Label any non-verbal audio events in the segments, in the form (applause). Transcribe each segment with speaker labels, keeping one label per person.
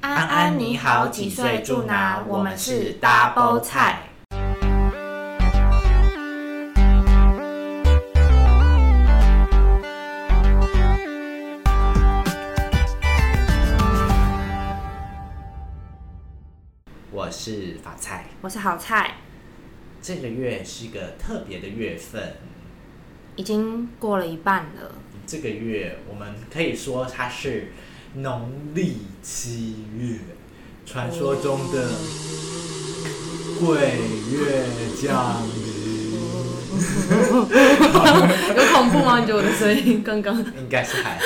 Speaker 1: 安安你好，几岁住哪？我们是 Double 菜。
Speaker 2: 我是法菜。
Speaker 1: 我是好菜，
Speaker 2: 这个月是一个特别的月份，
Speaker 1: 已经过了一半了，
Speaker 2: 这个月我们可以说它是农历七月，传说中的
Speaker 3: 哦
Speaker 2: 鬼月降临，
Speaker 1: 有恐怖吗？你觉得我的声音刚刚？
Speaker 2: 应该是还好。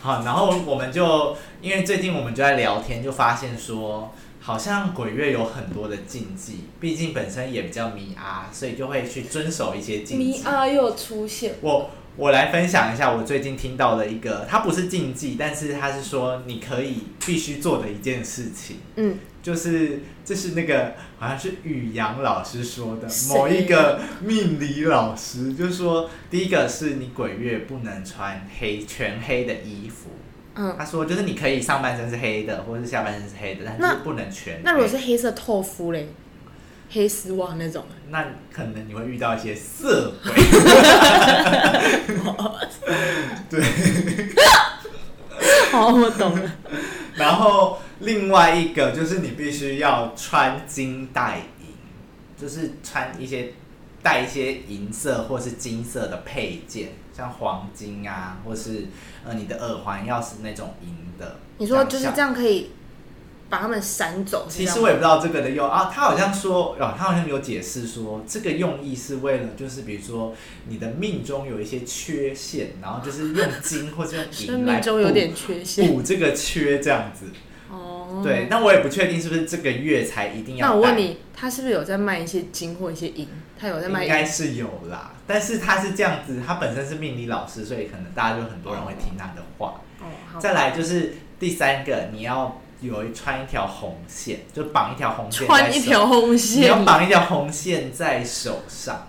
Speaker 2: 好，然后我们就因为最近我们就在聊天，就发现说。好像鬼月有很多的禁忌，毕竟本身也比较迷啊，所以就会去遵守一些禁忌。
Speaker 3: 迷啊又出现，
Speaker 2: 我我来分享一下我最近听到的一个，它不是禁忌，但是它是说你可以必须做的一件事情，
Speaker 1: 嗯，
Speaker 2: 就是这是那个好像是宇阳老师说的
Speaker 3: 谁
Speaker 2: 某一个命理老师，就是说第一个是你鬼月不能穿黑全黑的衣服。
Speaker 1: 嗯
Speaker 2: 他说，就是你可以上半身是黑的，或是下半身是黑的，但
Speaker 1: 那
Speaker 2: 是不能全黑。
Speaker 1: 那如果是
Speaker 3: 黑色透肤嘞，黑丝袜那种。
Speaker 2: 那可能你会遇到一些色鬼。对，
Speaker 3: 哦，我懂了。
Speaker 2: 然后另外一个就是你必须要穿金戴银，就是穿一些带一些银色或是金色的配件，像黄金啊，或是呃你的耳环要是那种银的。
Speaker 1: 你说就是这
Speaker 2: 像。
Speaker 1: 样可以把他们闪走？
Speaker 2: 其
Speaker 1: 是
Speaker 2: 实
Speaker 1: 这
Speaker 2: 我
Speaker 1: 样
Speaker 2: 也不知道这个的用啊，他好像说，哦，他好像有解释说，这个用意是为了就是比如说你的命中有一些缺陷，然后就是用金或者用
Speaker 3: 生
Speaker 2: 银来
Speaker 3: 命
Speaker 2: 补
Speaker 3: 中有点缺陷。
Speaker 2: 补这个缺这样子。
Speaker 3: 哦，
Speaker 2: 对，那我也不确定是不是这个月才一定要。
Speaker 3: 那我问，你，他是不是有在卖一些金或一些银？他有在卖
Speaker 2: 应
Speaker 3: 银？
Speaker 2: 该是有啦，但是他是这样子，他本身是命理老师，所以可能大家就很多人会听他的话。
Speaker 3: 哦，好。
Speaker 2: 再来就是第三个，你要有一穿一条红线，就绑一条红线，
Speaker 3: 穿一，条红
Speaker 2: 你
Speaker 3: 线
Speaker 2: 要，绑一条红线在手上，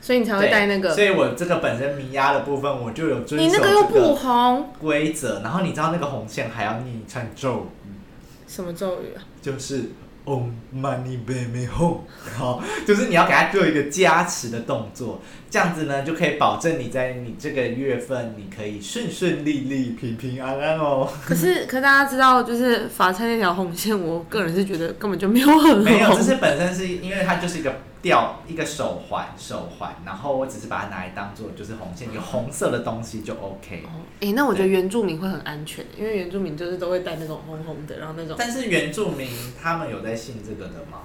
Speaker 3: 所以你才会
Speaker 2: 对
Speaker 3: 戴那个
Speaker 2: 所。以我这个本身迷压的部分，我就有遵
Speaker 3: 你
Speaker 2: 守
Speaker 3: 那个又不红，
Speaker 2: 规则，然后你知道那个红线还要念一串咒语。
Speaker 3: 什么咒语
Speaker 2: (laughs)
Speaker 3: 啊？
Speaker 2: 就是 On Money Baby Home，好，就是你要给它做一个加持的动作，这样子呢就可以保证你在你这个月份你可以顺顺利利、平平安
Speaker 1: (laughs)
Speaker 2: 安哦。
Speaker 3: 可是，可是大家知道，就是法餐那条红线，我个人是觉得根本就没有很红。
Speaker 2: 没有，这是本身是因为它就是一个吊一个手环，手环，然后我只是把它拿来当做就是红线，有红色的东西就 OK。
Speaker 3: 哦，哎、那我觉得原住民会很安全，因为原住民就是都会戴那种红红的，然后那种
Speaker 2: 但是原住民他们有在信这个的吗？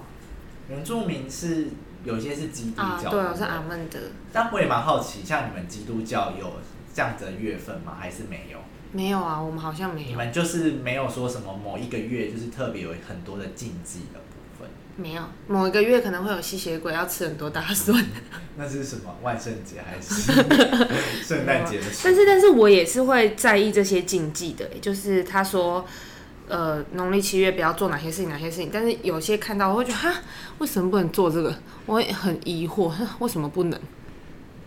Speaker 2: 原住民是有些是基督教
Speaker 1: 啊，
Speaker 2: 的、
Speaker 1: 对，我是阿曼德，
Speaker 2: 但我也蛮好奇，像你们基督教有这样子的月份吗？还是没有？
Speaker 1: 没有啊，我们好像没
Speaker 2: 你
Speaker 1: 有，
Speaker 2: 们就是没有说什么某一个月就是特别有很多的禁忌的部分？
Speaker 1: 没有，某一个月可能会有吸血鬼要吃很多大蒜，
Speaker 2: 那是什么？万圣节还 (laughs) 是圣诞节的时
Speaker 1: 但
Speaker 2: 候？
Speaker 1: 是，但是我也是会在意这些禁忌的、欸就是他说，呃，农历七月不要做哪些事情，哪些事情。但是有些看到我会觉得，哈，为什么不能做这个？我会很疑惑，哈为什么不能？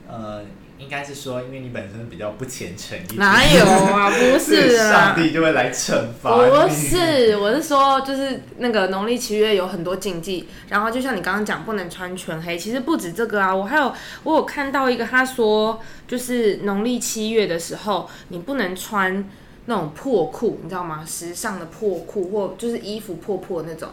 Speaker 2: 呃，应该是说，因为你本身比较不虔诚一点，
Speaker 1: 哪有啊？不
Speaker 2: 所以 (laughs)
Speaker 1: 是
Speaker 2: 上
Speaker 1: 啊，
Speaker 2: 帝就会来惩罚
Speaker 1: 不
Speaker 2: 你。
Speaker 1: 是，我是说，就是那个农历七月有很多禁忌，然后就像你刚刚讲，不能穿全黑。其实不止这个啊，我还有我有看到一个，他说就是农历七月的时候，你不能穿那种破裤，你知道吗？时尚的破裤或就是衣服破破那种，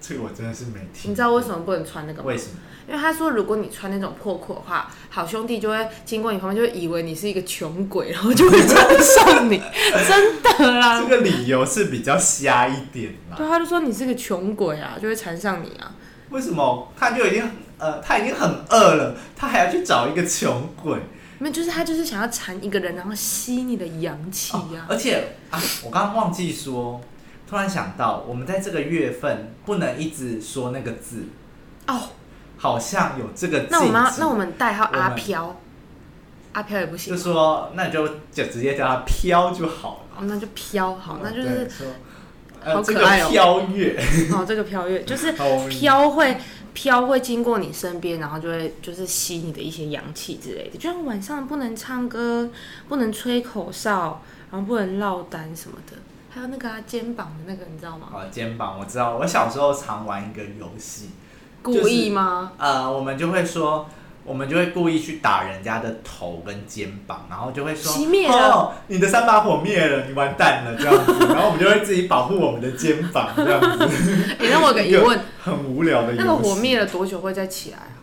Speaker 2: 这个我真的是没听。
Speaker 1: 你知道为什么不能穿那个吗？
Speaker 2: 为什么？
Speaker 1: 因为他说，如果你穿那种破裤的话，好兄弟就会经过你旁边，就会以为你是一个穷鬼，然后就会穿上你， (laughs) 真的啦
Speaker 2: 这。个理由是比较瞎一点啦。
Speaker 1: 对，他就说你是个穷鬼啊，就会缠上你啊。
Speaker 2: 为什么他就已经呃，他已经很饿了，他还要去找一个穷鬼？
Speaker 1: 没有，就是他就是想要缠一个人，然后吸你的阳气
Speaker 2: 哦
Speaker 1: 啊。
Speaker 2: 而且啊，我刚刚忘记说，突然想到，我们在这个月份不能一直说那个字，
Speaker 1: 哦，
Speaker 2: 好像有这个呃禁忌。
Speaker 1: 那我们要那我们代号
Speaker 2: 我们
Speaker 1: 阿飘，阿飘也不行
Speaker 2: 就，说，那就就直接叫它飘就好了。
Speaker 1: 哦，那就飘好，那就
Speaker 2: 对
Speaker 1: 是
Speaker 2: 说，呃，
Speaker 1: 好可爱哦
Speaker 2: 这个飘月，
Speaker 1: (laughs) 哦这个飘
Speaker 2: (laughs)
Speaker 1: 月就是
Speaker 2: 好我们
Speaker 1: 飘会飘会经过你身边，然后就会就是吸你的一些阳气之类的。就像晚上不能唱歌，不能吹口哨，然后不能落单什么的，还有那个、啊、肩膀的那个，你知道吗？
Speaker 2: 哦，肩膀我知道，我小时候常玩一个游戏，
Speaker 1: 故意吗？
Speaker 2: 呃，我们就会说，我们就会故意去打人家的头跟肩膀，然后就会说，
Speaker 1: 熄灭了
Speaker 2: 哦，你的三把火灭了，你完蛋了这样
Speaker 1: (laughs)
Speaker 2: 子，然后我们就会自己保护我们的肩膀这样子，
Speaker 1: 哎、那我有个疑问，
Speaker 2: 很无聊的游戏。
Speaker 1: 那个火灭了多久会再起来啊？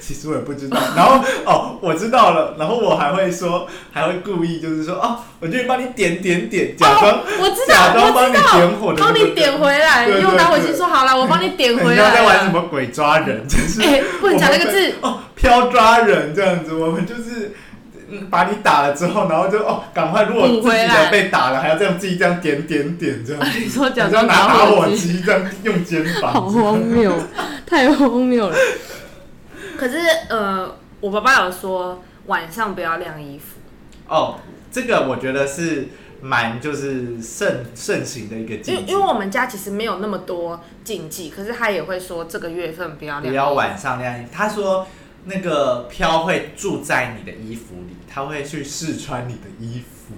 Speaker 2: 其实我也不知道。然后哦，我知道了，然后我还会说， (laughs) 还会故意就是说，哦，我就帮你点点点，假装、
Speaker 1: 哦我知
Speaker 2: 假
Speaker 1: 道，
Speaker 2: 装帮
Speaker 1: 我
Speaker 2: 你
Speaker 1: 知道，
Speaker 2: 点火的，
Speaker 1: 帮你点。回来。
Speaker 2: 对对
Speaker 1: 用拿我已
Speaker 2: 对
Speaker 1: 经说好了，我帮你点
Speaker 2: 你
Speaker 1: 回
Speaker 2: 知道
Speaker 1: 来
Speaker 2: 在玩什
Speaker 1: 了。
Speaker 2: 么鬼抓人？就是
Speaker 1: (laughs) 哎、不能讲那个字，
Speaker 2: 哦，飘抓人这样子，我们就是。嗯把你打了之后，然后就哦，赶快！如果
Speaker 1: 补
Speaker 2: 自
Speaker 1: 回
Speaker 2: 己
Speaker 1: 来
Speaker 2: 的被打了，还要这样自己这样点点点这样，
Speaker 3: 你说假
Speaker 2: 然后
Speaker 3: 装
Speaker 2: 拿打火
Speaker 3: 火，
Speaker 2: 机这样用肩
Speaker 3: 好
Speaker 2: 膀，
Speaker 3: 荒谬，太荒谬了。
Speaker 1: 可是呃，我爸爸有说晚上不要晾衣服，
Speaker 2: 哦，这个我觉得是蛮就是盛盛行的一个
Speaker 1: 因
Speaker 2: 禁
Speaker 1: 为
Speaker 2: 忌，
Speaker 1: 因为我们家其实没有那么多禁忌，可是他也会说这个月份不要晾衣服。
Speaker 2: 不要晚上晾衣服。他说那个飘会住在你的衣服里，他会去试穿你的衣服，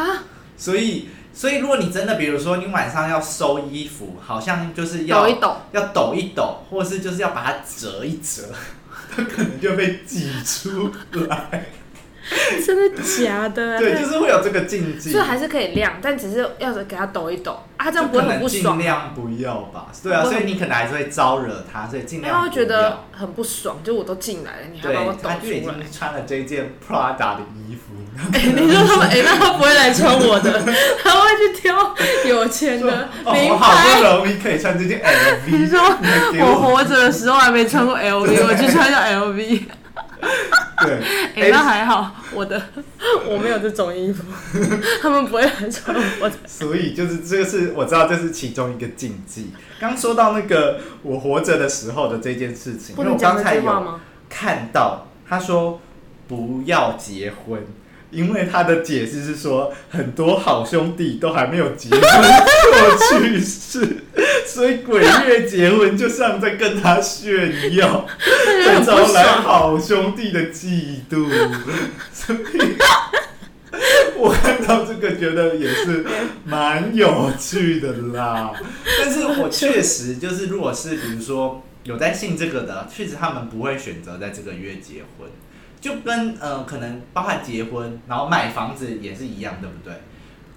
Speaker 1: 啊，
Speaker 2: 所以所以如果你真的比如说你晚上要收衣服，好像就是要
Speaker 1: 抖一抖，
Speaker 2: 要抖一抖，或是就是要把它折一折，它可能就被挤出来。
Speaker 1: 真的假的
Speaker 2: 对，就是会有这个禁忌
Speaker 1: 所以。还是可以晾，但只是要是给他抖一抖啊，这样不会
Speaker 2: 就可
Speaker 1: 很
Speaker 2: 能
Speaker 1: 不
Speaker 2: 尽
Speaker 1: 爽，
Speaker 2: 量不要吧，对啊，
Speaker 1: 不会
Speaker 2: 所
Speaker 1: 很
Speaker 2: 以你可能还是会招惹他，所以尽
Speaker 1: 因为
Speaker 2: 量
Speaker 1: 他会
Speaker 2: 不要。
Speaker 1: 觉得很不爽，就我都进来了，你还把我
Speaker 2: 对，
Speaker 1: 抖
Speaker 2: 他就已
Speaker 1: 出来。
Speaker 2: 经穿了这件 Prada 的衣服，
Speaker 1: (laughs) 哎、你说他们哎、那他不会来穿我
Speaker 2: (laughs)
Speaker 1: 的，他会去挑有钱
Speaker 2: 说
Speaker 1: 的
Speaker 2: 哦，
Speaker 1: 名
Speaker 2: 我
Speaker 1: 牌。
Speaker 2: 好不容易可以穿这件 LV，
Speaker 3: 你说
Speaker 2: 你还给
Speaker 3: 我
Speaker 2: 我，
Speaker 3: 活着的时候还没穿过 LV，我
Speaker 2: (laughs)
Speaker 3: 去穿一下 LV，
Speaker 2: 对，
Speaker 3: 哎、那还好，我的我没有这种衣
Speaker 2: (laughs)
Speaker 3: 服，他们不会来穿我的。
Speaker 2: 所以就是这个是我知道这是其中一个禁忌。刚说到那个我活着的时候的这件事情，
Speaker 1: 不
Speaker 2: 因
Speaker 1: 能
Speaker 2: 为我
Speaker 1: 讲
Speaker 2: 刚才
Speaker 1: 这句话
Speaker 2: 有
Speaker 1: 吗？
Speaker 2: 看到他说不要结婚，因为他的解释是说很多好兄弟都还没有结婚过去世，所以鬼月结婚就像在跟他炫耀，会招来好兄弟的嫉妒，所以。 (laughs) 我看到这个觉得也是蛮有趣的啦，但是我确实就是，如果是比如说有在信这个的，啊确实他们不会选择在这个月结婚，就跟呃可能包含结婚，然后买房子也是一样，对不对？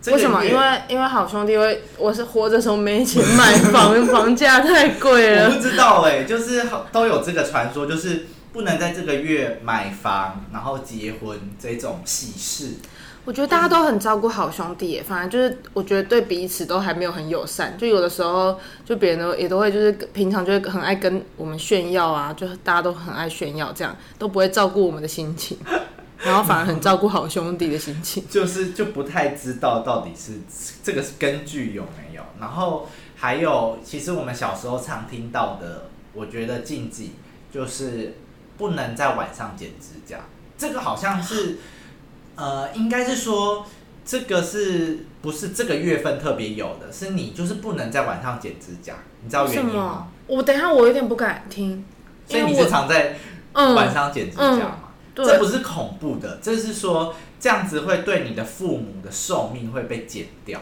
Speaker 2: 这个
Speaker 3: 为什么？
Speaker 2: 月
Speaker 3: 因为因为好兄弟会，我是活着时候没钱买房，房价太
Speaker 1: 啊
Speaker 3: 贵
Speaker 2: 我
Speaker 1: (laughs)
Speaker 3: 了。
Speaker 2: 不知道哎、就是好都有这个传说，就是不能在这个月买房，然后结婚这种喜事。
Speaker 1: 我觉得大家都很照顾好兄弟耶，反正就是我觉得对彼此都还没有很友善，就有的时候就别人都也都会就是平常就会很爱跟我们炫耀啊，就大家都很爱炫耀，这样都不会照顾我们的心 (laughs) 情，然后反而很照顾好兄弟的心情。
Speaker 2: 就是就不太知道到底是这个是根据有没有。然后还有，其实我们小时候常听到的，我觉得禁忌就是不能在晚上剪指甲。这个好
Speaker 1: (laughs)
Speaker 2: 像是，呃，应该是说这个是不是这个月份特别有的？是你就是不能在晚上剪指甲，你知道原
Speaker 1: 什
Speaker 2: 因吗
Speaker 1: 么？？我等一下我有点不敢听，
Speaker 2: 所以
Speaker 1: 因为
Speaker 2: 你
Speaker 1: 我
Speaker 2: 是常在晚
Speaker 1: 嗯，
Speaker 2: 上剪指甲吗？
Speaker 1: 对，
Speaker 2: 这不是恐怖的，这是说这样子会对你的父母的寿命会被减掉。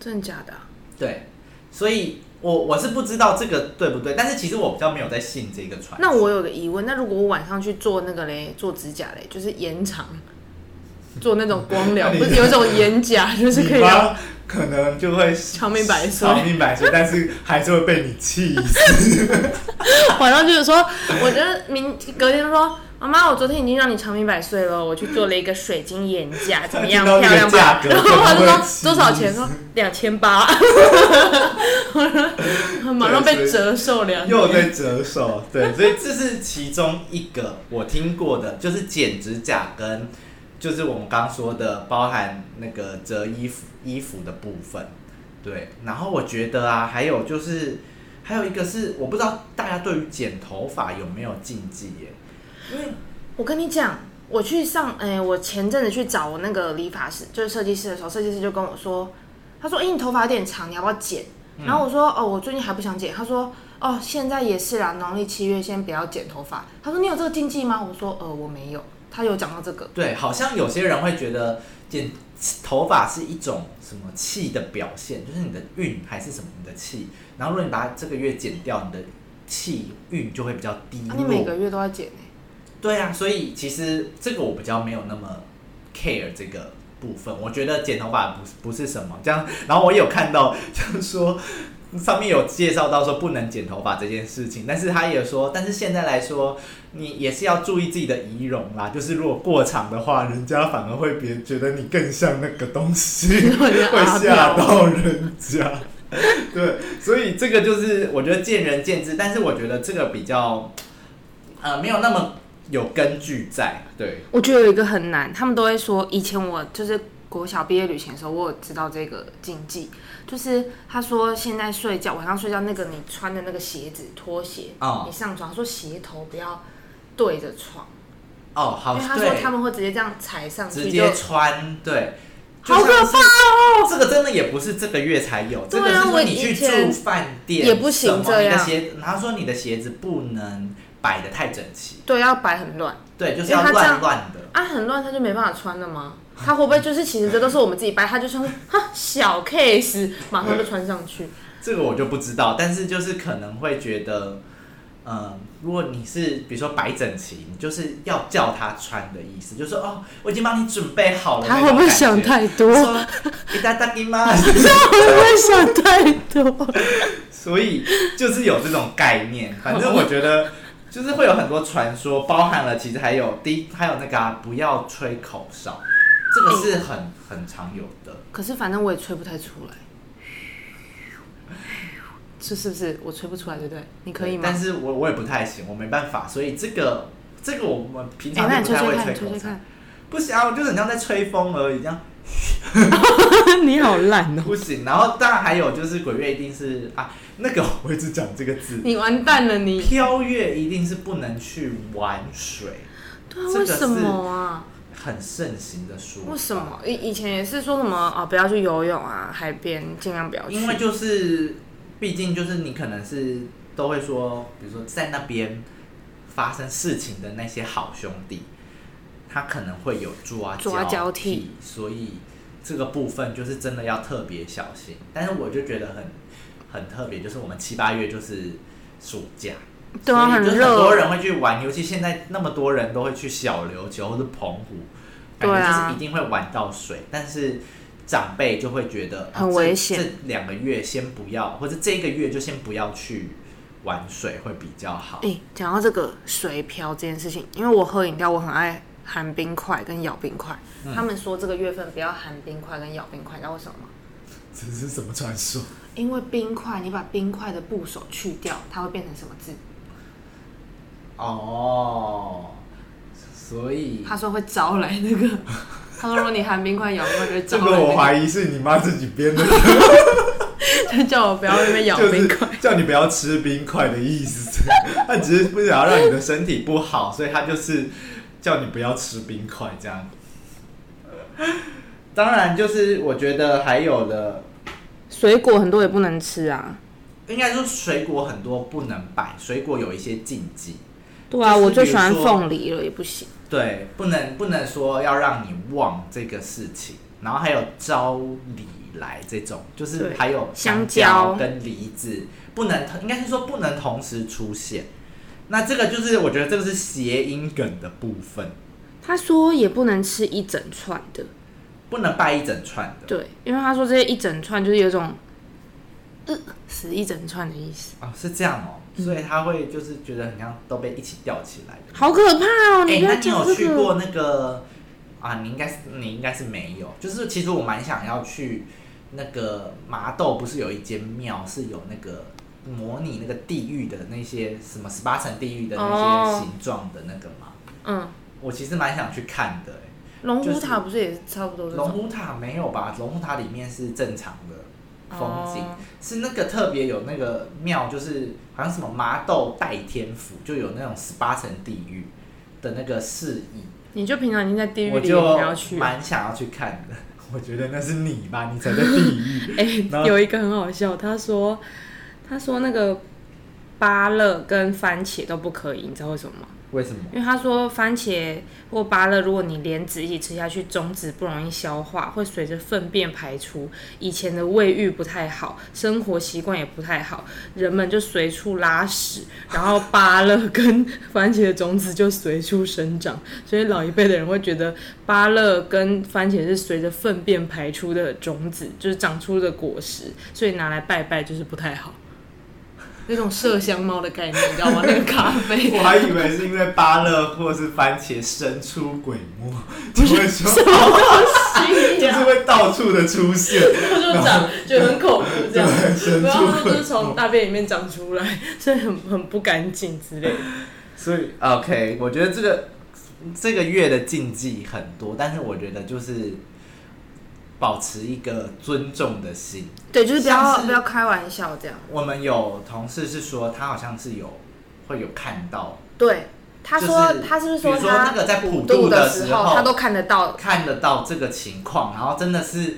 Speaker 1: 真的假的啊、
Speaker 2: 对，所以我我是不知道这个对不对，但是其实我比较没有在信这个传说。
Speaker 1: 那我有个疑问，那如果我晚上去做那个嘞，做指甲嘞，就是延长，做那种光疗，
Speaker 2: 那 (laughs) 你
Speaker 1: 不是有一种眼甲，就是可以
Speaker 2: 你
Speaker 1: 让
Speaker 2: 妈可能就会
Speaker 3: 长命百岁
Speaker 2: 长命百岁，但是还是会被你气死。
Speaker 1: 晚上就是说，我觉得明隔天就说，妈妈，我昨天已经让你长命百岁了，我去做了一个水晶眼甲，怎么样？
Speaker 2: (laughs) 听到
Speaker 1: 漂
Speaker 2: 这个
Speaker 1: 亮
Speaker 2: 价
Speaker 1: 吧？ (laughs)
Speaker 2: 格
Speaker 1: 然后他就
Speaker 2: 会不会气死
Speaker 1: 说多少钱？说两千八， (laughs)
Speaker 2: (laughs)
Speaker 1: 马上被折寿两年。
Speaker 2: 又在折手，对，所以这是其中一个我听过的，就是剪指甲跟就是我们刚刚说的包含那个折衣服衣服的部分，对。然后我觉得啊，还有就是还有一个是我不知道大家对于剪头发有没有禁忌耶？
Speaker 1: 我跟你讲，我去上，哎、我前阵子去找我那个理发师，就是设计师的时候，设计师就跟我说，他说，哎、你头发有点长，你要不要剪？
Speaker 2: 嗯
Speaker 1: 然后我说，哦，我最近还不想剪。他说，哦，现在也是啦，农历七月先不要剪头发。他说，你有这个禁忌吗？我说，呃，我没有。他有讲到这个，
Speaker 2: 对，好像有些人会觉得剪头发是一种什么气的表现，就是你的运还是什么你的气。然后如果你把这个月剪掉，你的气运就会比较低
Speaker 1: 啊、
Speaker 2: 落。
Speaker 1: 你每个月都在剪欸
Speaker 2: 对啊，所以其实这个我比较没有那么 care 这个部分。我觉得剪头发不是不是什么这样，然后我也有看到 (laughs) 就是说。上面有介绍到说不能剪头发这件事情，但是他也说，但是现在来说，你也是要注意自己的仪容啦。就是如果过长的话，人家反而会别觉得你更像那个东 (laughs) 西，会
Speaker 1: 啊
Speaker 2: 吓到人家。对，所以这个就是我觉得见仁见智，但是我觉得这个比较呃没有那么有根据在。对，
Speaker 1: 我觉得有一个很难，他们都会说，以前我就是国小毕业旅行的时候，我有知道这个禁忌，就是他说现在睡觉晚上睡觉那个你穿的那个鞋子拖鞋，
Speaker 2: 哦
Speaker 1: 你上床他说鞋头不要对着床，
Speaker 2: 哦，好，
Speaker 1: 因为他
Speaker 2: 对
Speaker 1: 说他们会直接这样踩上去
Speaker 2: 直
Speaker 1: 就，
Speaker 2: 接穿，对，
Speaker 1: 好可怕
Speaker 2: 哦！这个真的也不是这个月才有，这
Speaker 1: 对啊
Speaker 2: 个是说
Speaker 1: 我
Speaker 2: 你去
Speaker 1: 以前
Speaker 2: 住饭店
Speaker 1: 也不行
Speaker 2: 什么
Speaker 1: 这样
Speaker 2: 你的鞋，然后说你的鞋子不能摆的太整齐，
Speaker 1: 对，要摆很乱
Speaker 2: 对，就是要
Speaker 1: 因为它这
Speaker 2: 乱
Speaker 1: 样
Speaker 2: 乱的。
Speaker 1: 啊，很乱他就没办法穿了
Speaker 2: (laughs)
Speaker 1: 吗？他会不会就是其实这都是我们自己掰，他就穿哈小 case 马上就穿上去，
Speaker 2: 这个我就不知道，但是就是可能会觉得，嗯、如果你是比如说摆整齐，你就是要叫他穿的意思，就说哦，我已经帮你准备好了。
Speaker 1: 他会不会想
Speaker 2: (laughs)
Speaker 1: 太多？
Speaker 2: 说一大大姨妈？
Speaker 1: 他会不会想太多？
Speaker 2: 所以就是有这种概念。反正我觉得就是会有很多传说，包含了其实还有第一还有那个、啊、不要吹口哨，这个是很很常有的。
Speaker 1: 可是反正我也吹不太出来，是是不是？我吹不出来，对不对？你可以吗？
Speaker 2: 但是我我也不太行，我没办法，所以这个这个我们平
Speaker 1: 哎
Speaker 2: 常
Speaker 1: 那
Speaker 2: 就
Speaker 1: 你
Speaker 2: 不
Speaker 1: 吹吹
Speaker 2: 太
Speaker 1: 看，
Speaker 2: 会吹
Speaker 1: 你吹
Speaker 2: 口
Speaker 1: 吹
Speaker 2: 哨。
Speaker 1: 看，
Speaker 2: 不行啊，我就很像在吹风而已，这样
Speaker 3: (laughs) 你好烂哦、
Speaker 2: 不行。然后当然还有就是鬼月一定是啊，那个我一直讲这个字，
Speaker 1: 你完蛋了你！
Speaker 2: 飘月一定是不能去玩水，
Speaker 1: 对啊，
Speaker 2: 这个
Speaker 1: 为
Speaker 2: 是嗯
Speaker 1: 什么啊？
Speaker 2: 很盛行的说法。
Speaker 1: 为什么？以以前也是说什么啊，不要去游泳啊，海边尽量不要去。
Speaker 2: 因为就是，毕竟就是你可能是都会说，比如说在那边发生事情的那些好兄弟，他可能会有抓
Speaker 1: 抓交替，
Speaker 2: 所以这个部分就是真的要特别小心。但是我就觉得很很特别，就是我们七八月就是暑假，
Speaker 1: 对啊，
Speaker 2: 所以
Speaker 1: 很
Speaker 2: 就是很多
Speaker 1: 热，
Speaker 2: 人会去玩，尤其现在那么多人都会去小琉球或是澎湖，感
Speaker 1: 对
Speaker 2: 觉
Speaker 1: 啊
Speaker 2: 就是一定会玩到水，但是长辈就会觉得啊
Speaker 1: 很
Speaker 2: 这
Speaker 1: 危险
Speaker 2: 这两个月先不要，或者这个月就先不要去玩水会比较好。
Speaker 1: 哎、讲到这个水漂这件事情，因为我喝饮料，我很爱含冰块跟咬冰块。
Speaker 2: 嗯
Speaker 1: 他们说这个月份不要含冰块跟咬冰块，你知道为什么吗？
Speaker 2: 这是什么传说？
Speaker 1: 因为冰块，你把冰块的部首去掉，它会变成什么字？
Speaker 2: 哦，所以
Speaker 1: 他说会招来那个。 (laughs) 他说如果你含冰块咬冰块，就会招
Speaker 4: 这
Speaker 1: 来、
Speaker 4: 个我
Speaker 1: 那
Speaker 4: 怀疑是你妈自己编的，
Speaker 1: 个， (laughs) 就叫我不要在那边咬
Speaker 4: 就是
Speaker 1: 冰块。
Speaker 4: 叫你不要吃冰块的意思。
Speaker 2: (laughs) 他只是不想要让你的身体不好，所以他就是叫你不要吃冰块这样。当然，就是我觉得还有的
Speaker 1: 水果很多也不能吃啊。
Speaker 2: 应该说水果很多不能摆，水果有一些禁忌，
Speaker 1: 对啊，
Speaker 2: 就是
Speaker 1: 我最喜欢
Speaker 2: 比如说
Speaker 1: 凤梨了，也不行。
Speaker 2: 对，不能不能说要让你忘这个事情，然后还有招礼来这种，就是
Speaker 1: 对
Speaker 2: 还有
Speaker 1: 香
Speaker 2: 蕉
Speaker 1: 蕉
Speaker 2: 跟梨子不能，应该是说不能同时出现。那这个就是我觉得这个是谐音梗的部分，
Speaker 1: 他说也不能吃一整串的，
Speaker 2: 不能拜一整串的
Speaker 1: 对，因为他说这些一整串就是有一种，呃，死一整串的意思，
Speaker 2: 哦，是这样哦，所以他会就是觉得很像都被一起吊起来的。
Speaker 1: 好可怕哦！
Speaker 2: 哎、
Speaker 1: 你不
Speaker 2: 那
Speaker 1: 要
Speaker 2: 你
Speaker 1: 讲
Speaker 2: 有
Speaker 1: 这
Speaker 2: 去
Speaker 1: 个。
Speaker 2: 过那个啊？你应该是你应该是没有，就是其实我蛮想要去那个麻豆，不是有一间庙是有那个模拟那个地狱的那些什么十八层地狱的那些
Speaker 1: 哦
Speaker 2: 形状的那个吗？
Speaker 1: 嗯，
Speaker 2: 我其实蛮想去看的、欸。
Speaker 1: 龙
Speaker 2: 就
Speaker 1: 虎
Speaker 2: 是
Speaker 1: 塔不是也是差不多这
Speaker 2: 龙
Speaker 1: 种？
Speaker 2: 虎塔没有吧？龙虎塔里面是正常的风景，
Speaker 1: 哦
Speaker 2: 是那个特别有那个庙，就是好像什么麻豆代天府，就有那种十八层地狱的那个示意。
Speaker 1: 你就平常已经在地狱
Speaker 2: 我
Speaker 1: 里，你不要
Speaker 2: 就
Speaker 1: 去啊。
Speaker 2: 蛮想要去看的。 (laughs)
Speaker 4: 我觉得那是你吧，你才在地狱。
Speaker 1: 哎、
Speaker 4: 然后
Speaker 1: 有一个很好笑，他说，他说那个芭乐跟番茄都不可以，你知道为什么吗？
Speaker 2: 为什么？
Speaker 1: 因为他说番茄或芭乐，如果你连籽一起吃下去，种子不容易消化，会随着粪便排出。以前的卫浴不太好，生活习惯也不太好，人们就随处拉屎，然后芭乐跟番茄的种子就随处生长。所以老一辈的人会觉得芭乐跟番茄是随着粪便排出的种子，就是长出的果实，所以拿来拜拜就是不太好。那种麝香猫的概念，你知道吗？那个咖啡。
Speaker 2: (laughs) 我还以为是因为芭乐或是番茄神出鬼没，就会说哦
Speaker 1: 什么啊东西
Speaker 2: 就是
Speaker 1: 呀、
Speaker 2: 会到处的出现，
Speaker 3: 它就长，觉得很恐怖这样。
Speaker 2: 神
Speaker 3: 然后
Speaker 2: 出
Speaker 3: 它
Speaker 2: 鬼
Speaker 3: 就是从大便里面长出来，所以很很不干净之类的。
Speaker 2: 所以 OK，我觉得这个这个月的禁忌很多，但是我觉得就是保持一个尊重的心。
Speaker 1: 对，就是不要
Speaker 2: 像是
Speaker 1: 不要开玩笑这样。
Speaker 2: 我们有同事是说，他好像是有会有看到，
Speaker 1: 对，他说、
Speaker 2: 就是
Speaker 1: 他是不是
Speaker 2: 比如说
Speaker 1: 他
Speaker 2: 那个在普
Speaker 1: 普
Speaker 2: 渡
Speaker 1: 渡
Speaker 2: 的时
Speaker 1: 时
Speaker 2: 候
Speaker 1: 候，他都看得到？
Speaker 2: 看得到这个情况，然后真的是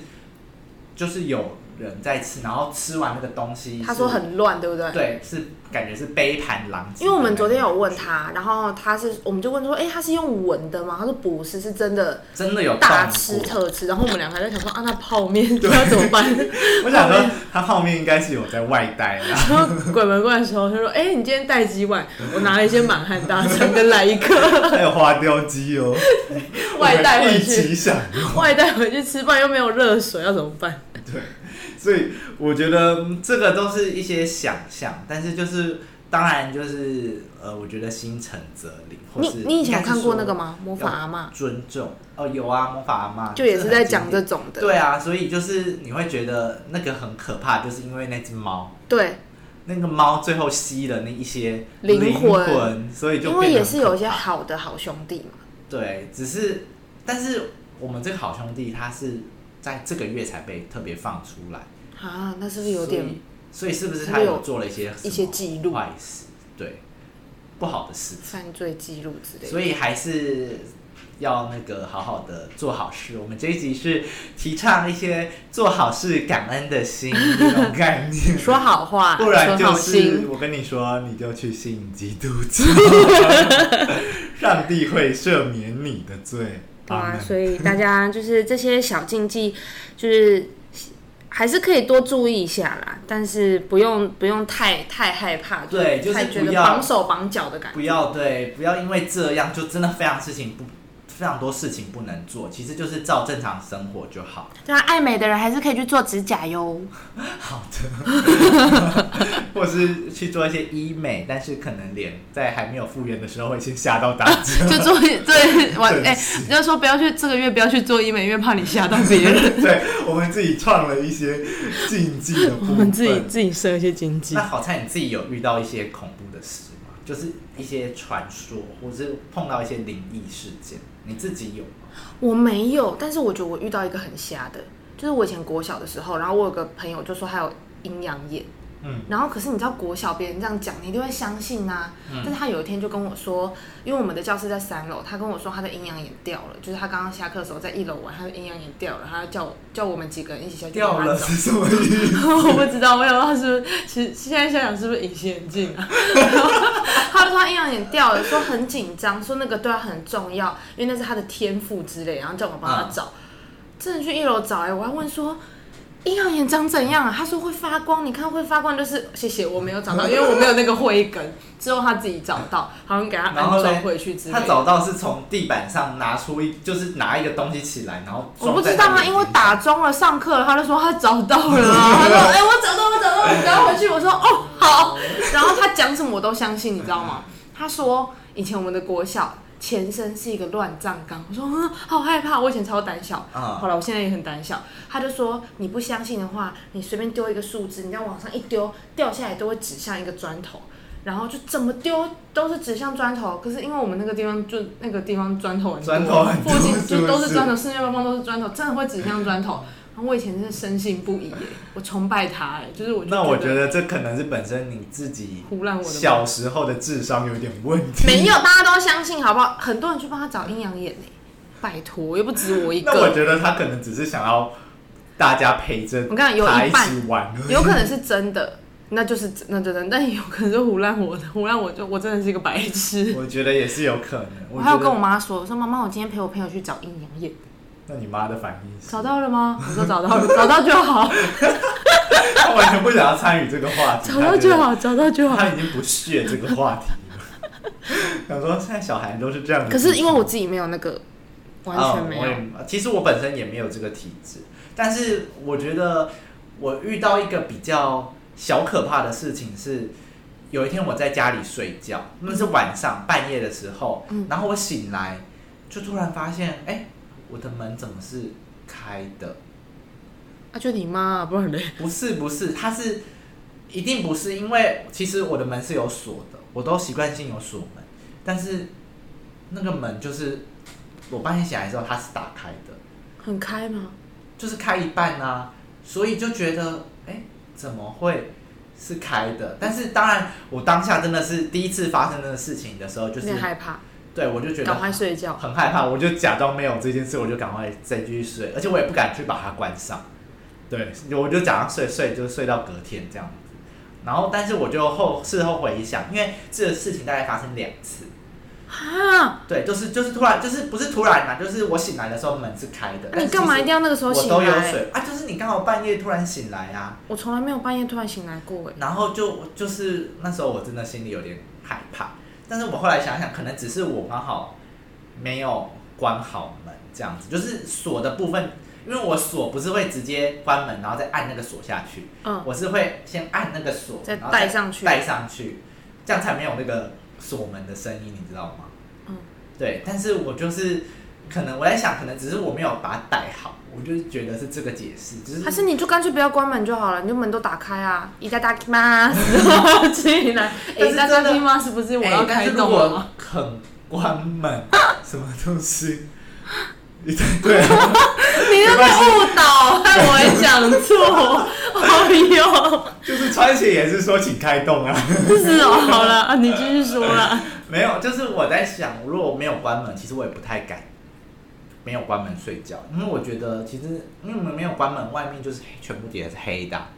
Speaker 2: 就是有人在吃，然后吃完那个东西，
Speaker 1: 他说很乱，对不对？
Speaker 2: 对，是感觉是杯盘狼藉。
Speaker 1: 因为我们昨天有问，他，然后他是我们就问说，哎、他是用闻的吗？他说不是，是真的
Speaker 2: 真的有
Speaker 1: 大
Speaker 2: 动
Speaker 1: 吃
Speaker 2: 过
Speaker 1: 特吃。然后我们两个还在想说，啊，那泡面要怎么办？
Speaker 2: 我想说他泡面应该是有在外带啦。
Speaker 3: 然后鬼门关的时候，他说：“哎、你今天带几碗？我拿了一些满汉大餐跟来一个
Speaker 4: 还有花雕鸡
Speaker 1: (laughs)
Speaker 4: 哦，
Speaker 3: 外带
Speaker 4: 我们
Speaker 3: 回
Speaker 4: 一
Speaker 3: 去，
Speaker 4: 起享用。
Speaker 3: 外带回去吃饭又没有热水，要怎么办？
Speaker 2: 所以我觉得嗯这个都是一些想象，但是就是当然就是呃，我觉得心诚则灵，或
Speaker 1: 你
Speaker 2: 是
Speaker 1: 你以前有
Speaker 2: 应该是
Speaker 1: 看过那个
Speaker 2: 说
Speaker 1: 吗？魔法阿嬷
Speaker 2: 尊重哦，有啊，魔法阿妈
Speaker 1: 就也是在讲这
Speaker 2: 这
Speaker 1: 种的。
Speaker 2: 对啊，所以就是你会觉得那个很可怕，就是因为那只猫，
Speaker 1: 对，
Speaker 2: 那个猫最后吸了那一些
Speaker 1: 灵
Speaker 2: 魂，
Speaker 1: 魂
Speaker 2: 所以就
Speaker 1: 因为
Speaker 2: 变得
Speaker 1: 也
Speaker 2: 很
Speaker 1: 是
Speaker 2: 可
Speaker 1: 有一些
Speaker 2: 怕
Speaker 1: 好的好兄弟嘛。
Speaker 2: 对，只是但是我们这个好兄弟他是在这个月才被特别放出来。
Speaker 1: 啊，那是不是有点？
Speaker 2: 所以，所以是不是他有做了一些
Speaker 1: 一些记录
Speaker 2: 坏事，对，不好的事情，
Speaker 1: 犯罪记录之类的。
Speaker 2: 所以还是要那个好好的做好事。我们这一集是提倡一些做好事、感恩的心这种概 (laughs) 念，
Speaker 1: 说好话，
Speaker 2: 不然
Speaker 1: 存
Speaker 2: 就
Speaker 1: 好
Speaker 2: 是
Speaker 1: 心。
Speaker 4: 我跟你说，你就去信基督
Speaker 2: (laughs)
Speaker 4: 教，上帝会赦免你的罪。阿
Speaker 1: 对啊，
Speaker 4: 门
Speaker 1: 所以大家就是这些小禁忌，就是还是可以多注意一下啦，但是不用不用太太害怕，
Speaker 2: 对就是
Speaker 1: 太觉
Speaker 2: 不
Speaker 1: 得
Speaker 2: 要
Speaker 1: 绑手绑脚的感
Speaker 2: 不
Speaker 1: 觉。
Speaker 2: 要对，不要因为这样就真的非常事情不非常多事情不能做，其实就是照正常生活就好。
Speaker 1: 对啊，爱美的人还是可以去做指甲哟。
Speaker 2: 好的，或是去做一些医美，但是可能脸在还没有复原的时候会先吓到大家。
Speaker 1: (laughs)
Speaker 2: (laughs)
Speaker 3: 就做对晚
Speaker 4: 真
Speaker 3: 哎，你就说不要去这个月不要去做医美，因为怕你吓到别人。
Speaker 4: 对我们自己创了一些禁忌的部分，
Speaker 3: 我 (laughs) 们自己自己设一些禁忌
Speaker 2: 那，好菜，你自己有遇到一些恐怖的事吗？就是一些传说，或是碰到一些灵异事件，你自己有吗？
Speaker 1: 我没有，但是我觉得我遇到一个很瞎的，就是我以前国小的时候，然后我有个朋友就说他有阴阳眼，
Speaker 2: 嗯，
Speaker 1: 然后可是你知道国小别人这样讲，你一定会相信啊。
Speaker 2: 嗯
Speaker 1: 但是他有一天就跟我说，因为我们的教室在三楼，他跟我说他的阴阳眼掉了，就是他刚刚下课的时候在一楼玩，他的阴阳眼掉了，他叫我叫我们几个人一起下去
Speaker 2: 掉
Speaker 1: 帮他
Speaker 2: 了
Speaker 1: 找。
Speaker 2: 是什么意
Speaker 3: (laughs)
Speaker 2: 思？
Speaker 3: 我不知道，我也不知道是不是，其实现在想想是不是隐形眼镜啊？
Speaker 1: (laughs) 他说他阴阳眼掉了，说很紧张，说那个对他很重要，因为那是他的天赋之类，然后叫我帮他
Speaker 3: 嗯
Speaker 1: 找。真的去一楼找哎、我还问说。阴阳眼长怎样、啊？他说会发光，你看会发光就是谢谢，我没有找到，因为我没有那个慧根。之后他自己找到，好像给他
Speaker 2: 然
Speaker 1: 安
Speaker 2: 后嘞
Speaker 1: 装回去之类的。
Speaker 2: 他找到是从地板上拿出一，就是拿一个东西起来，然后
Speaker 1: 我不
Speaker 2: 装在
Speaker 1: 知道
Speaker 2: 那
Speaker 1: 啊，
Speaker 2: 个
Speaker 1: 因为
Speaker 2: 地板
Speaker 1: 打钟了，上课了，他就说他找到了啊，他说哎、我找到，我找到，你赶快回去。我说哦好， (laughs) 然后他讲什么我都相信，你知道吗？他说以前我们的国小前身是一个乱葬岗，我说嗯好害怕，我以前超胆小，
Speaker 2: 啊
Speaker 1: 好了我现在也很胆小。他就说你不相信的话，你随便丢一个树枝，你这样往上一丢，掉下来都会指向一个砖头。然后就怎么丢都是指向砖头，可是因为我们那个地方就那个地方砖头很多
Speaker 2: 砖头很
Speaker 1: 附近就都是砖头，四面八方都是砖头，真的会指向砖头。然后我以前真的深信不疑耶，我崇拜他哎，就是我就
Speaker 4: 那我觉
Speaker 1: 得
Speaker 4: 得这可能是本身你自己
Speaker 3: 胡乱我的
Speaker 4: 小时候的智商有点问题。
Speaker 1: 没有，大家都相信好不好？很多人去帮他找阴阳眼哎，拜托，又不止我一
Speaker 4: 那我
Speaker 1: 个，
Speaker 4: 觉得他可能只是想要大家陪着
Speaker 1: 我跟你讲有
Speaker 4: 他
Speaker 1: 一
Speaker 4: 一
Speaker 1: 半
Speaker 4: 起玩而已。
Speaker 1: 有可能是真的，那就是那真的，但也有可能是胡乱我的，胡乱我就我真的是一个白痴。
Speaker 2: 我觉得也是有可能。
Speaker 1: 我
Speaker 2: 我
Speaker 1: 还有
Speaker 2: 觉
Speaker 1: 跟我
Speaker 2: 得，
Speaker 1: 妈说，我说妈妈，我今天陪我朋友去找阴阳眼，
Speaker 2: 那你妈的反应是
Speaker 1: 找，到了吗？我说找到了， (laughs) 找到就好，
Speaker 2: 她完全不想要参与这个话题，
Speaker 1: 找到就好，找到就
Speaker 2: 她觉得，她
Speaker 1: 好。
Speaker 2: 已经不屑这个话题了。想说现在小孩都是这样的，
Speaker 5: 可是因为我自己没有那个，
Speaker 2: 嗯
Speaker 5: 完全没有
Speaker 2: 我。也其实我本身也没有这个体质，但是我觉得我遇到一个比较小可怕的事情是，有一天我在家里睡觉，那是晚上半夜的时候，
Speaker 5: 嗯
Speaker 2: 然后我醒来就突然发现，哎、我的门怎么是开的？
Speaker 1: 啊，就你妈、啊，不然嘞，
Speaker 2: 不是不是，它是一定不是，因为其实我的门是有锁的，我都习惯性有锁门，但是那个门就是我半夜醒来之后它是打开的。
Speaker 1: 很开吗？
Speaker 2: 就是开一半啊，所以就觉得，哎、怎么会是开的？但是当然，我当下真的是第一次发生这个事情的时候，就
Speaker 1: 有
Speaker 2: 是
Speaker 1: 点害怕，
Speaker 2: 对我就觉得
Speaker 1: 赶快睡觉。
Speaker 2: 很害怕，我就假装没有这件事，我就赶快再继续睡，而且我也不敢去把它关上。对，我就假装睡睡，就睡到隔天这样子。然后，但是我就后事后回想，因为这个事情大概发生两次，
Speaker 1: 啊，
Speaker 2: 对，就是就是突然，就是不是突然嘛，啊就是我醒来的时候门是开的。但
Speaker 1: 你
Speaker 2: 是
Speaker 1: 干嘛一
Speaker 2: 其实
Speaker 1: 定要那个时候
Speaker 2: 我
Speaker 1: 醒
Speaker 2: 都有
Speaker 1: 来？
Speaker 2: 水啊，就是你刚好半夜突然醒来啊，
Speaker 1: 我从来没有半夜突然醒来过哎。
Speaker 2: 然后就就是那时候我真的心里有点害怕，但是我后来想想，可能只是我刚好没有关好门这样子，就是锁的部分，因为我锁不是会直接关门，然后再按那个锁下去，
Speaker 1: 嗯，
Speaker 2: 我是会先按那个锁，
Speaker 1: 再
Speaker 2: 然后
Speaker 1: 带上去
Speaker 2: 带上去，这样才没有那个锁门的声音，你知道吗？
Speaker 1: 嗯，
Speaker 2: 对。但是我就是可能我在想，可能只是我没有把它带好，我就是觉得是这个解释，就是
Speaker 1: 还是你就干脆不要关门就好了，你就门都打开啊！一大大 k
Speaker 2: (laughs)
Speaker 1: 吗？进来，
Speaker 2: 但
Speaker 1: 哎，
Speaker 2: 是
Speaker 1: 大
Speaker 2: 真
Speaker 1: 大
Speaker 2: 的
Speaker 1: k 吗？是不是我
Speaker 2: 哎
Speaker 1: 要
Speaker 2: 但
Speaker 1: 开
Speaker 2: 是如
Speaker 1: 动了吗
Speaker 2: 果？肯关门，
Speaker 6: 什么东
Speaker 1: (laughs)
Speaker 6: 西？一对对啊，
Speaker 1: 你又在误导，害我也讲
Speaker 2: (laughs)
Speaker 1: 错。哎呦，
Speaker 6: 就是穿鞋也是说请开动啊。
Speaker 1: 是哦，好了，啊你继续说啦。
Speaker 2: (laughs) 没有，就是我在想，如果没有关门，其实我也不太敢没有关门睡觉，因为我觉得其实因为我们没有关门，外面就是黑全部也是黑的啊。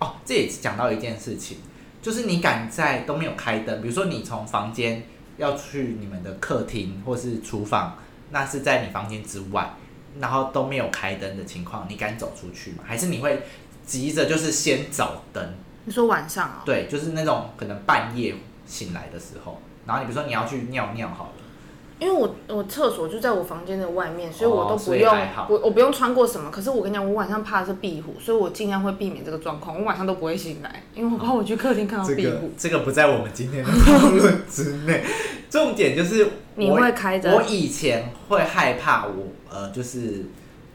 Speaker 2: 哦，这也讲到一件事情，就是你敢在都没有开灯，比如说你从房间要去你们的客厅或是厨房，那是在你房间之外，然后都没有开灯的情况，你敢走出去吗？还是你会急着就是先找灯？
Speaker 1: 你说晚上啊、
Speaker 2: 对，就是那种可能半夜醒来的时候，然后你比如说你要去尿尿好了，
Speaker 1: 因为我我厕所就在我房间的外面，所以我都不
Speaker 2: 哦所以
Speaker 1: 用，
Speaker 2: 还好
Speaker 1: 我我不用穿过什么。可是我跟你讲，我晚上怕的是壁虎，所以我尽量会避免这个状况。我晚上都不会醒来，因为我怕我去客厅看到
Speaker 6: 这
Speaker 1: 嗯壁
Speaker 6: 个
Speaker 1: 虎。
Speaker 2: 这个不在我们今天的讨论之内。重点就是
Speaker 1: (laughs) 你
Speaker 2: 我
Speaker 1: 会开着
Speaker 2: 我以前会害怕我呃，就是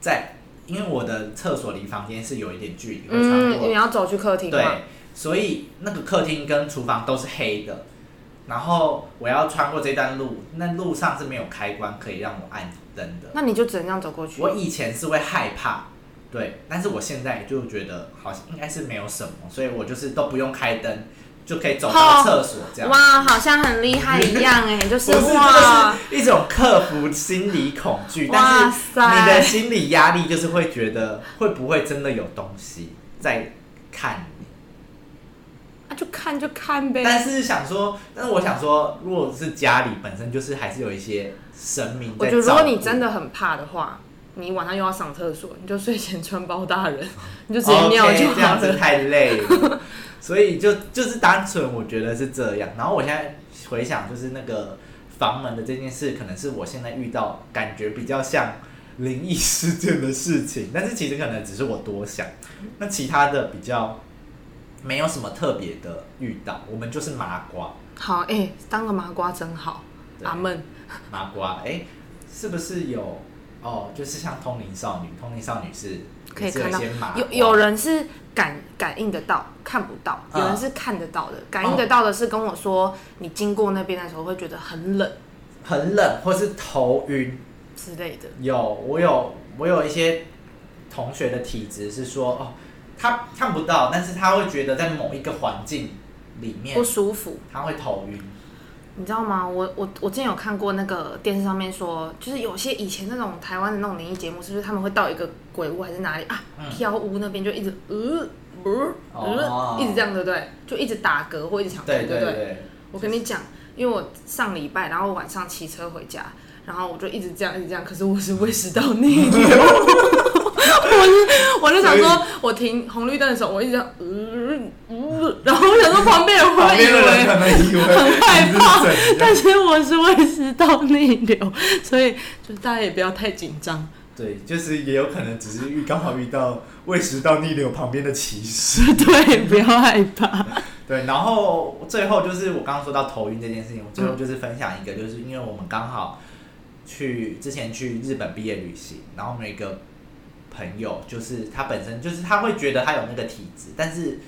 Speaker 2: 在因为我的厕所离房间是有一点距离，会穿
Speaker 1: 嗯，
Speaker 2: 过
Speaker 1: 你要走去客厅
Speaker 2: 对
Speaker 1: 嘛？，
Speaker 2: 所以那个客厅跟厨房都是黑的，然后我要穿过这段路，那路上是没有开关可以让我按灯的。
Speaker 1: 那你就只能这样走过去
Speaker 2: 我。以前是会害怕，对，但是我现在就觉得好像应该是没有什么，所以我就是都不用开灯就可以走到
Speaker 1: 好
Speaker 2: 厕所这样。
Speaker 1: 哇，好像很厉害一样
Speaker 2: (laughs)
Speaker 1: 哎、就是
Speaker 2: 不是，这
Speaker 1: 哇
Speaker 2: 个，是一种克服心理恐惧，但
Speaker 1: 哇
Speaker 2: 是
Speaker 1: 塞
Speaker 2: 你的心理压力就是会觉得会不会真的有东西在看你。
Speaker 1: 那、就看就看呗。
Speaker 2: 但是想说，但是我想说，如果是家里本身就是还是有一些神明
Speaker 1: 我
Speaker 2: 在
Speaker 1: 觉得如果
Speaker 2: 照
Speaker 1: 你
Speaker 2: 顾
Speaker 1: 真的很怕的话，你晚上又要上厕所，你就睡前穿包大
Speaker 2: (laughs)
Speaker 1: 人，你就直接尿就
Speaker 2: o k 哦
Speaker 1: 好
Speaker 2: 这样子
Speaker 1: 了。
Speaker 2: 太
Speaker 1: (laughs)
Speaker 2: 累了。所以就就是单纯我觉得是这样。然后我现在回想，就是那个房门的这件事，可能是我现在遇到感觉比较像灵异事件的事情，但是其实可能只是我
Speaker 1: (laughs)
Speaker 2: 多想。那其他的比较没有什么特别的遇到，我们就是麻瓜，
Speaker 1: 好，哎、当个麻瓜真好，
Speaker 2: 对
Speaker 1: 阿闷。
Speaker 2: 麻瓜，哎、是不是有？哦，就是像通灵少女，通灵少女是
Speaker 1: 可以
Speaker 2: 也是有
Speaker 1: 看
Speaker 2: 一
Speaker 1: 到
Speaker 2: 些麻瓜
Speaker 1: 有有人是感感应得到，看不到；
Speaker 2: 嗯
Speaker 1: 有人是看得到的，感应得到的是跟我说，你经过那边的时候会觉得很冷
Speaker 2: 很冷，或是头晕，
Speaker 1: 之类的。
Speaker 2: 有，我有，我有一些同学的体质是说，哦，他看不到，但是他会觉得在某一个环境里面
Speaker 1: 不，舒服，
Speaker 2: 他会头晕。
Speaker 1: 你知道吗？我我我之前有看过那个电视上面说，就是有些以前那种台湾的那种灵异节目，是不是他们会到一个鬼屋还是哪里啊
Speaker 2: 嗯，
Speaker 1: 飘屋那边就一直呃不是
Speaker 2: 哦
Speaker 1: 一直这样，对不对？就一直打嗝或一直想吐，
Speaker 2: 对
Speaker 1: 对
Speaker 2: 对
Speaker 1: 不对？
Speaker 2: 对，
Speaker 1: 我跟你讲，因为我上礼拜，然后晚上骑车回家，然后我就一直这样，一直这样，可是我是胃食道逆流。
Speaker 2: (laughs)
Speaker 1: 我是，我就想
Speaker 7: 所
Speaker 1: 说，我停红绿灯的时候，我一直这样，嗯嗯，然后我想说旁边人会不
Speaker 7: 旁
Speaker 1: 会以
Speaker 7: 边的人
Speaker 1: 为
Speaker 7: 可能以为
Speaker 1: 很害怕
Speaker 7: 你是怎样
Speaker 1: (laughs) 但是我是胃食道逆流，所以就大家也不要太紧张。
Speaker 2: (laughs)
Speaker 7: 对，就是也有可能只是遇刚好遇到胃食道逆流旁边的骑士。
Speaker 1: 对，不要害怕。
Speaker 2: 对，然后最后就是我刚刚说到头晕这件事情，我最后就是分享一个，就是因为我们刚好去之前去日本毕业旅行，然后我们有一个朋友，就是他本身就是他会觉得他有那个体质，但是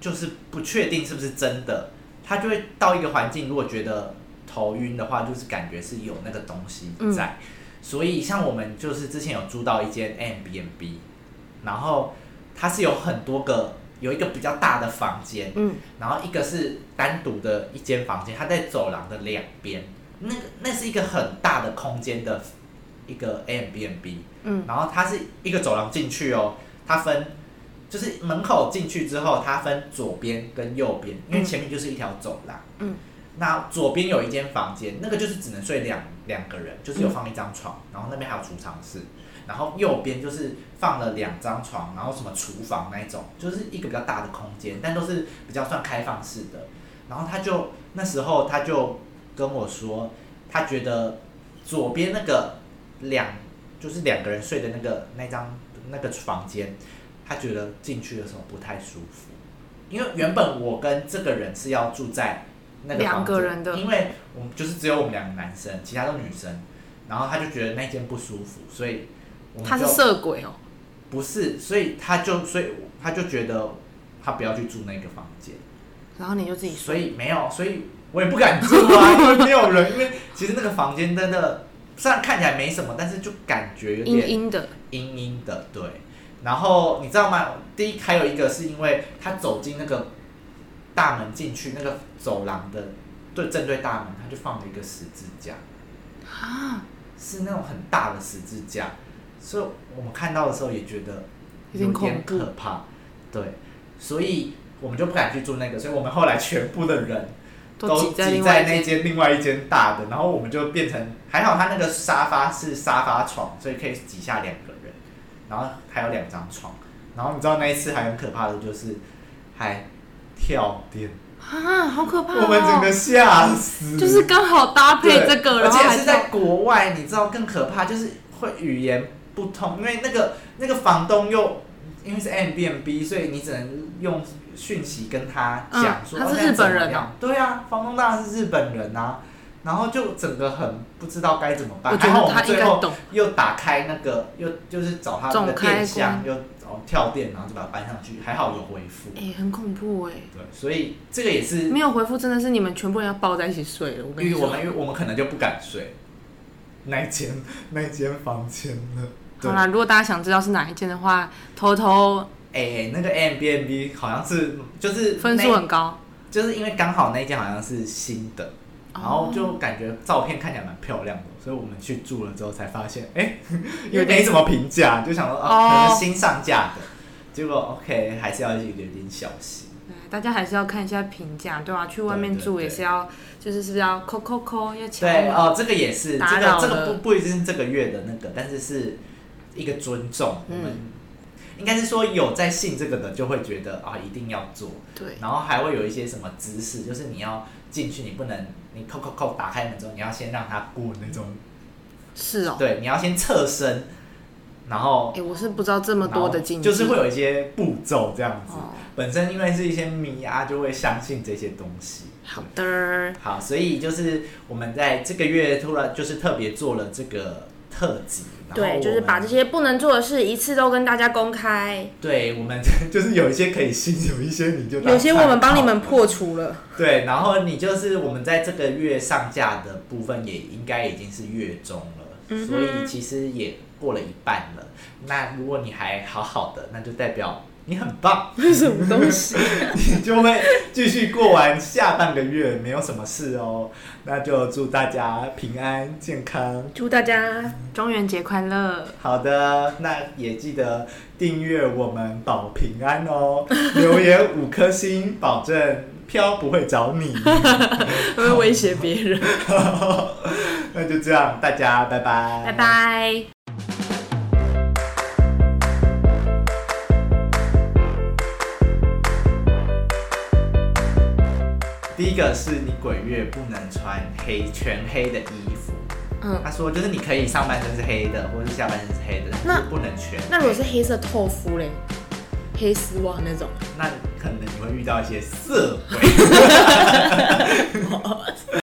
Speaker 2: 就是不确定是不是真的，他就会到一个环境，如果觉得头晕的话，就是感觉是有那个东西在。所以像我们就是之前有租到一间 M B N B，然后它是有很多个，有一个比较大的房间，
Speaker 1: 嗯，
Speaker 2: 然后一个是单独的一间房间，它在走廊的两边，那个那是一个很大的空间的一个 a m b n b
Speaker 1: 嗯，
Speaker 2: 然后它是一个走廊进去哦，它分就是门口进去之后，它分左边跟右边，因为
Speaker 1: 嗯
Speaker 2: 前面就是一条走廊，
Speaker 1: 嗯，
Speaker 2: 那左边有一间房间，那个就是只能睡两两个人，就是有放一张床，然后那边还有储藏室。然后右边就是放了两张床，然后什么厨房那一种，就是一个比较大的空间，但都是比较算开放式的。然后他就那时候他就跟我说，他觉得左边那个两就是两个人睡的那个那张那个房间，他觉得进去的时候不太舒服，因为原本我跟这个人是要住在那个
Speaker 1: 两
Speaker 2: 房
Speaker 1: 个
Speaker 2: 间
Speaker 1: 人的
Speaker 2: 因为我们就是只有我们两个男生，其他都女生，然后他就觉得那间不舒服，所以我们
Speaker 1: 他是
Speaker 2: 就
Speaker 1: 色鬼哦、
Speaker 2: 不是，所以他就所以我他就觉得他不要去住那个房间。
Speaker 1: 然后你就自己
Speaker 2: 所
Speaker 1: 睡。
Speaker 2: 以没有，所以我也不敢住
Speaker 1: (laughs)
Speaker 2: 啊，因为没有人。因为其实那个房间真的，虽然看起来没什么，但是就感觉有
Speaker 1: 阴
Speaker 2: 点
Speaker 1: 阴的，
Speaker 2: 阴阴的，对。然后你知道吗？第一还有一个是因为他走进那个大门进去那个走廊的对正对大门，他就放了一个十字架
Speaker 1: 啊
Speaker 2: 是那种很大的十字架，所以我们看到的时候也觉得
Speaker 1: 有点恐
Speaker 2: 点
Speaker 1: 怖
Speaker 2: 可怕，对，所以我们就不敢去住那个，所以我们后来全部的人
Speaker 1: 都挤在
Speaker 2: 挤
Speaker 1: 另外
Speaker 2: 在
Speaker 1: 一间。
Speaker 2: 那间另外一间大的，然后我们就变成还好，他那个沙发是沙发床，所以可以挤下两个人，然后还有两张床，然后你知道那一次还很可怕的就是还跳电，
Speaker 1: 啊，好可怕、哦！
Speaker 2: 我们整个吓死，
Speaker 1: 就是刚好搭配
Speaker 2: 对，
Speaker 1: 这个，
Speaker 2: 而
Speaker 1: 然后
Speaker 2: 且
Speaker 1: 还
Speaker 2: 是在国外，你知道更可怕，就是会语言不通，因为那个那个房东又因为是 M B N B，所以你只能用讯息跟他讲说、
Speaker 1: 嗯他是
Speaker 2: 哦现在
Speaker 1: 日本人
Speaker 2: 怎么样对啊，房东当然是日本人啊，然后就整个很不知道该怎么
Speaker 1: 我
Speaker 2: 办，
Speaker 1: 觉
Speaker 2: 然后我
Speaker 1: 得他
Speaker 2: 们
Speaker 1: 应
Speaker 2: 最
Speaker 1: 该
Speaker 2: 后
Speaker 1: 懂。
Speaker 2: 又打开那个又就是找他那个
Speaker 1: 总开
Speaker 2: 电箱又哦跳电，然后就把它搬上去，还好有回复。
Speaker 1: 哎、很恐怖哎、
Speaker 2: 对，所以这个也是
Speaker 1: 没有回复真的是你们全部人要抱在一起睡了。我跟
Speaker 2: 因
Speaker 1: 你
Speaker 2: 为我
Speaker 1: 说
Speaker 2: 们，因为我们可能就不敢睡。
Speaker 7: 那一间 (laughs) 那一间房间了。对
Speaker 1: 好，啦，如果大家想知道是哪一间的话，偷偷
Speaker 2: 哎、那个 M B N B 好像是就是
Speaker 1: 分数
Speaker 2: 那
Speaker 1: 很高，
Speaker 2: 就是因为刚好那一间好像是新的，
Speaker 1: 哦
Speaker 2: 然后就感觉照片看起来蛮漂亮的，所以我们去住了之后才发现，哎、
Speaker 1: (laughs)
Speaker 2: 因为没什么评价，就想说
Speaker 1: 哦
Speaker 2: 啊，可能是新上架的，结果 OK 还是要有点小心。
Speaker 1: 大家还是要看一下评价，对啊，去外面
Speaker 2: 对对
Speaker 1: 住
Speaker 2: 对
Speaker 1: 也是要，就是是不是要扣扣扣要敲
Speaker 2: 对
Speaker 1: 门？
Speaker 2: 哦，这个也是，这
Speaker 1: 打
Speaker 2: 个
Speaker 1: 扰
Speaker 2: 这个
Speaker 1: 了
Speaker 2: 不不一定是这个月的那个，但是是一个尊重，我
Speaker 1: 嗯
Speaker 2: 们、应该是说有在信这个的就会觉得啊一定要做，
Speaker 1: 对，
Speaker 2: 然后还会有一些什么姿势，就是你要进去，你不能你扣扣扣打开门之后，你要先让它过那种，
Speaker 1: 是哦、
Speaker 2: 对，你要先侧身，然后
Speaker 1: 哎、我是不知道这么多的禁忌，
Speaker 2: 就是会有一些步骤这样子。
Speaker 1: 哦，
Speaker 2: 本身因为是一些迷啊，就会相信这些东西。
Speaker 1: 好的，
Speaker 2: 好，所以就是我们在这个月突然就是特别做了这个特辑，然后
Speaker 8: 对，就
Speaker 2: 我
Speaker 8: 是
Speaker 2: 们
Speaker 8: 把这些不能做的事一次都跟大家公开，
Speaker 2: 对我们 (laughs)
Speaker 7: 就是有一些可以信，有一些你就当
Speaker 8: 有些我们帮你
Speaker 7: 参考
Speaker 8: 们 (laughs) 破除了。
Speaker 2: 对，然后你就是我们在这个月上架的部分也应该已经是月中了，
Speaker 8: 嗯哼
Speaker 2: 所以其实也过了一半了。那如果你还好好的，那就代表你很棒，
Speaker 1: (laughs)
Speaker 2: (laughs)
Speaker 1: 这是什么东西？
Speaker 2: 你就会继续过完下半个月，没有什么事哦。那就祝大家平安健康。
Speaker 1: 祝大家
Speaker 3: 中元节快乐！
Speaker 2: 好的，那也记得订阅我们保平安哦， (laughs) 留言五颗星，保证飘不会找你。 (laughs)
Speaker 1: 会威胁别人。
Speaker 2: 那就这样，大家拜拜，
Speaker 1: 拜。拜。
Speaker 2: 第一个是你鬼月不能穿黑全黑的衣服。
Speaker 1: 嗯
Speaker 2: 他说就是你可以上半身是黑的，或者是下半身是黑的，
Speaker 1: 那
Speaker 2: 但是不能全黑。
Speaker 1: 那如果是黑色透肤嘞，黑丝袜那种。
Speaker 2: 那可能你会遇到一些色鬼。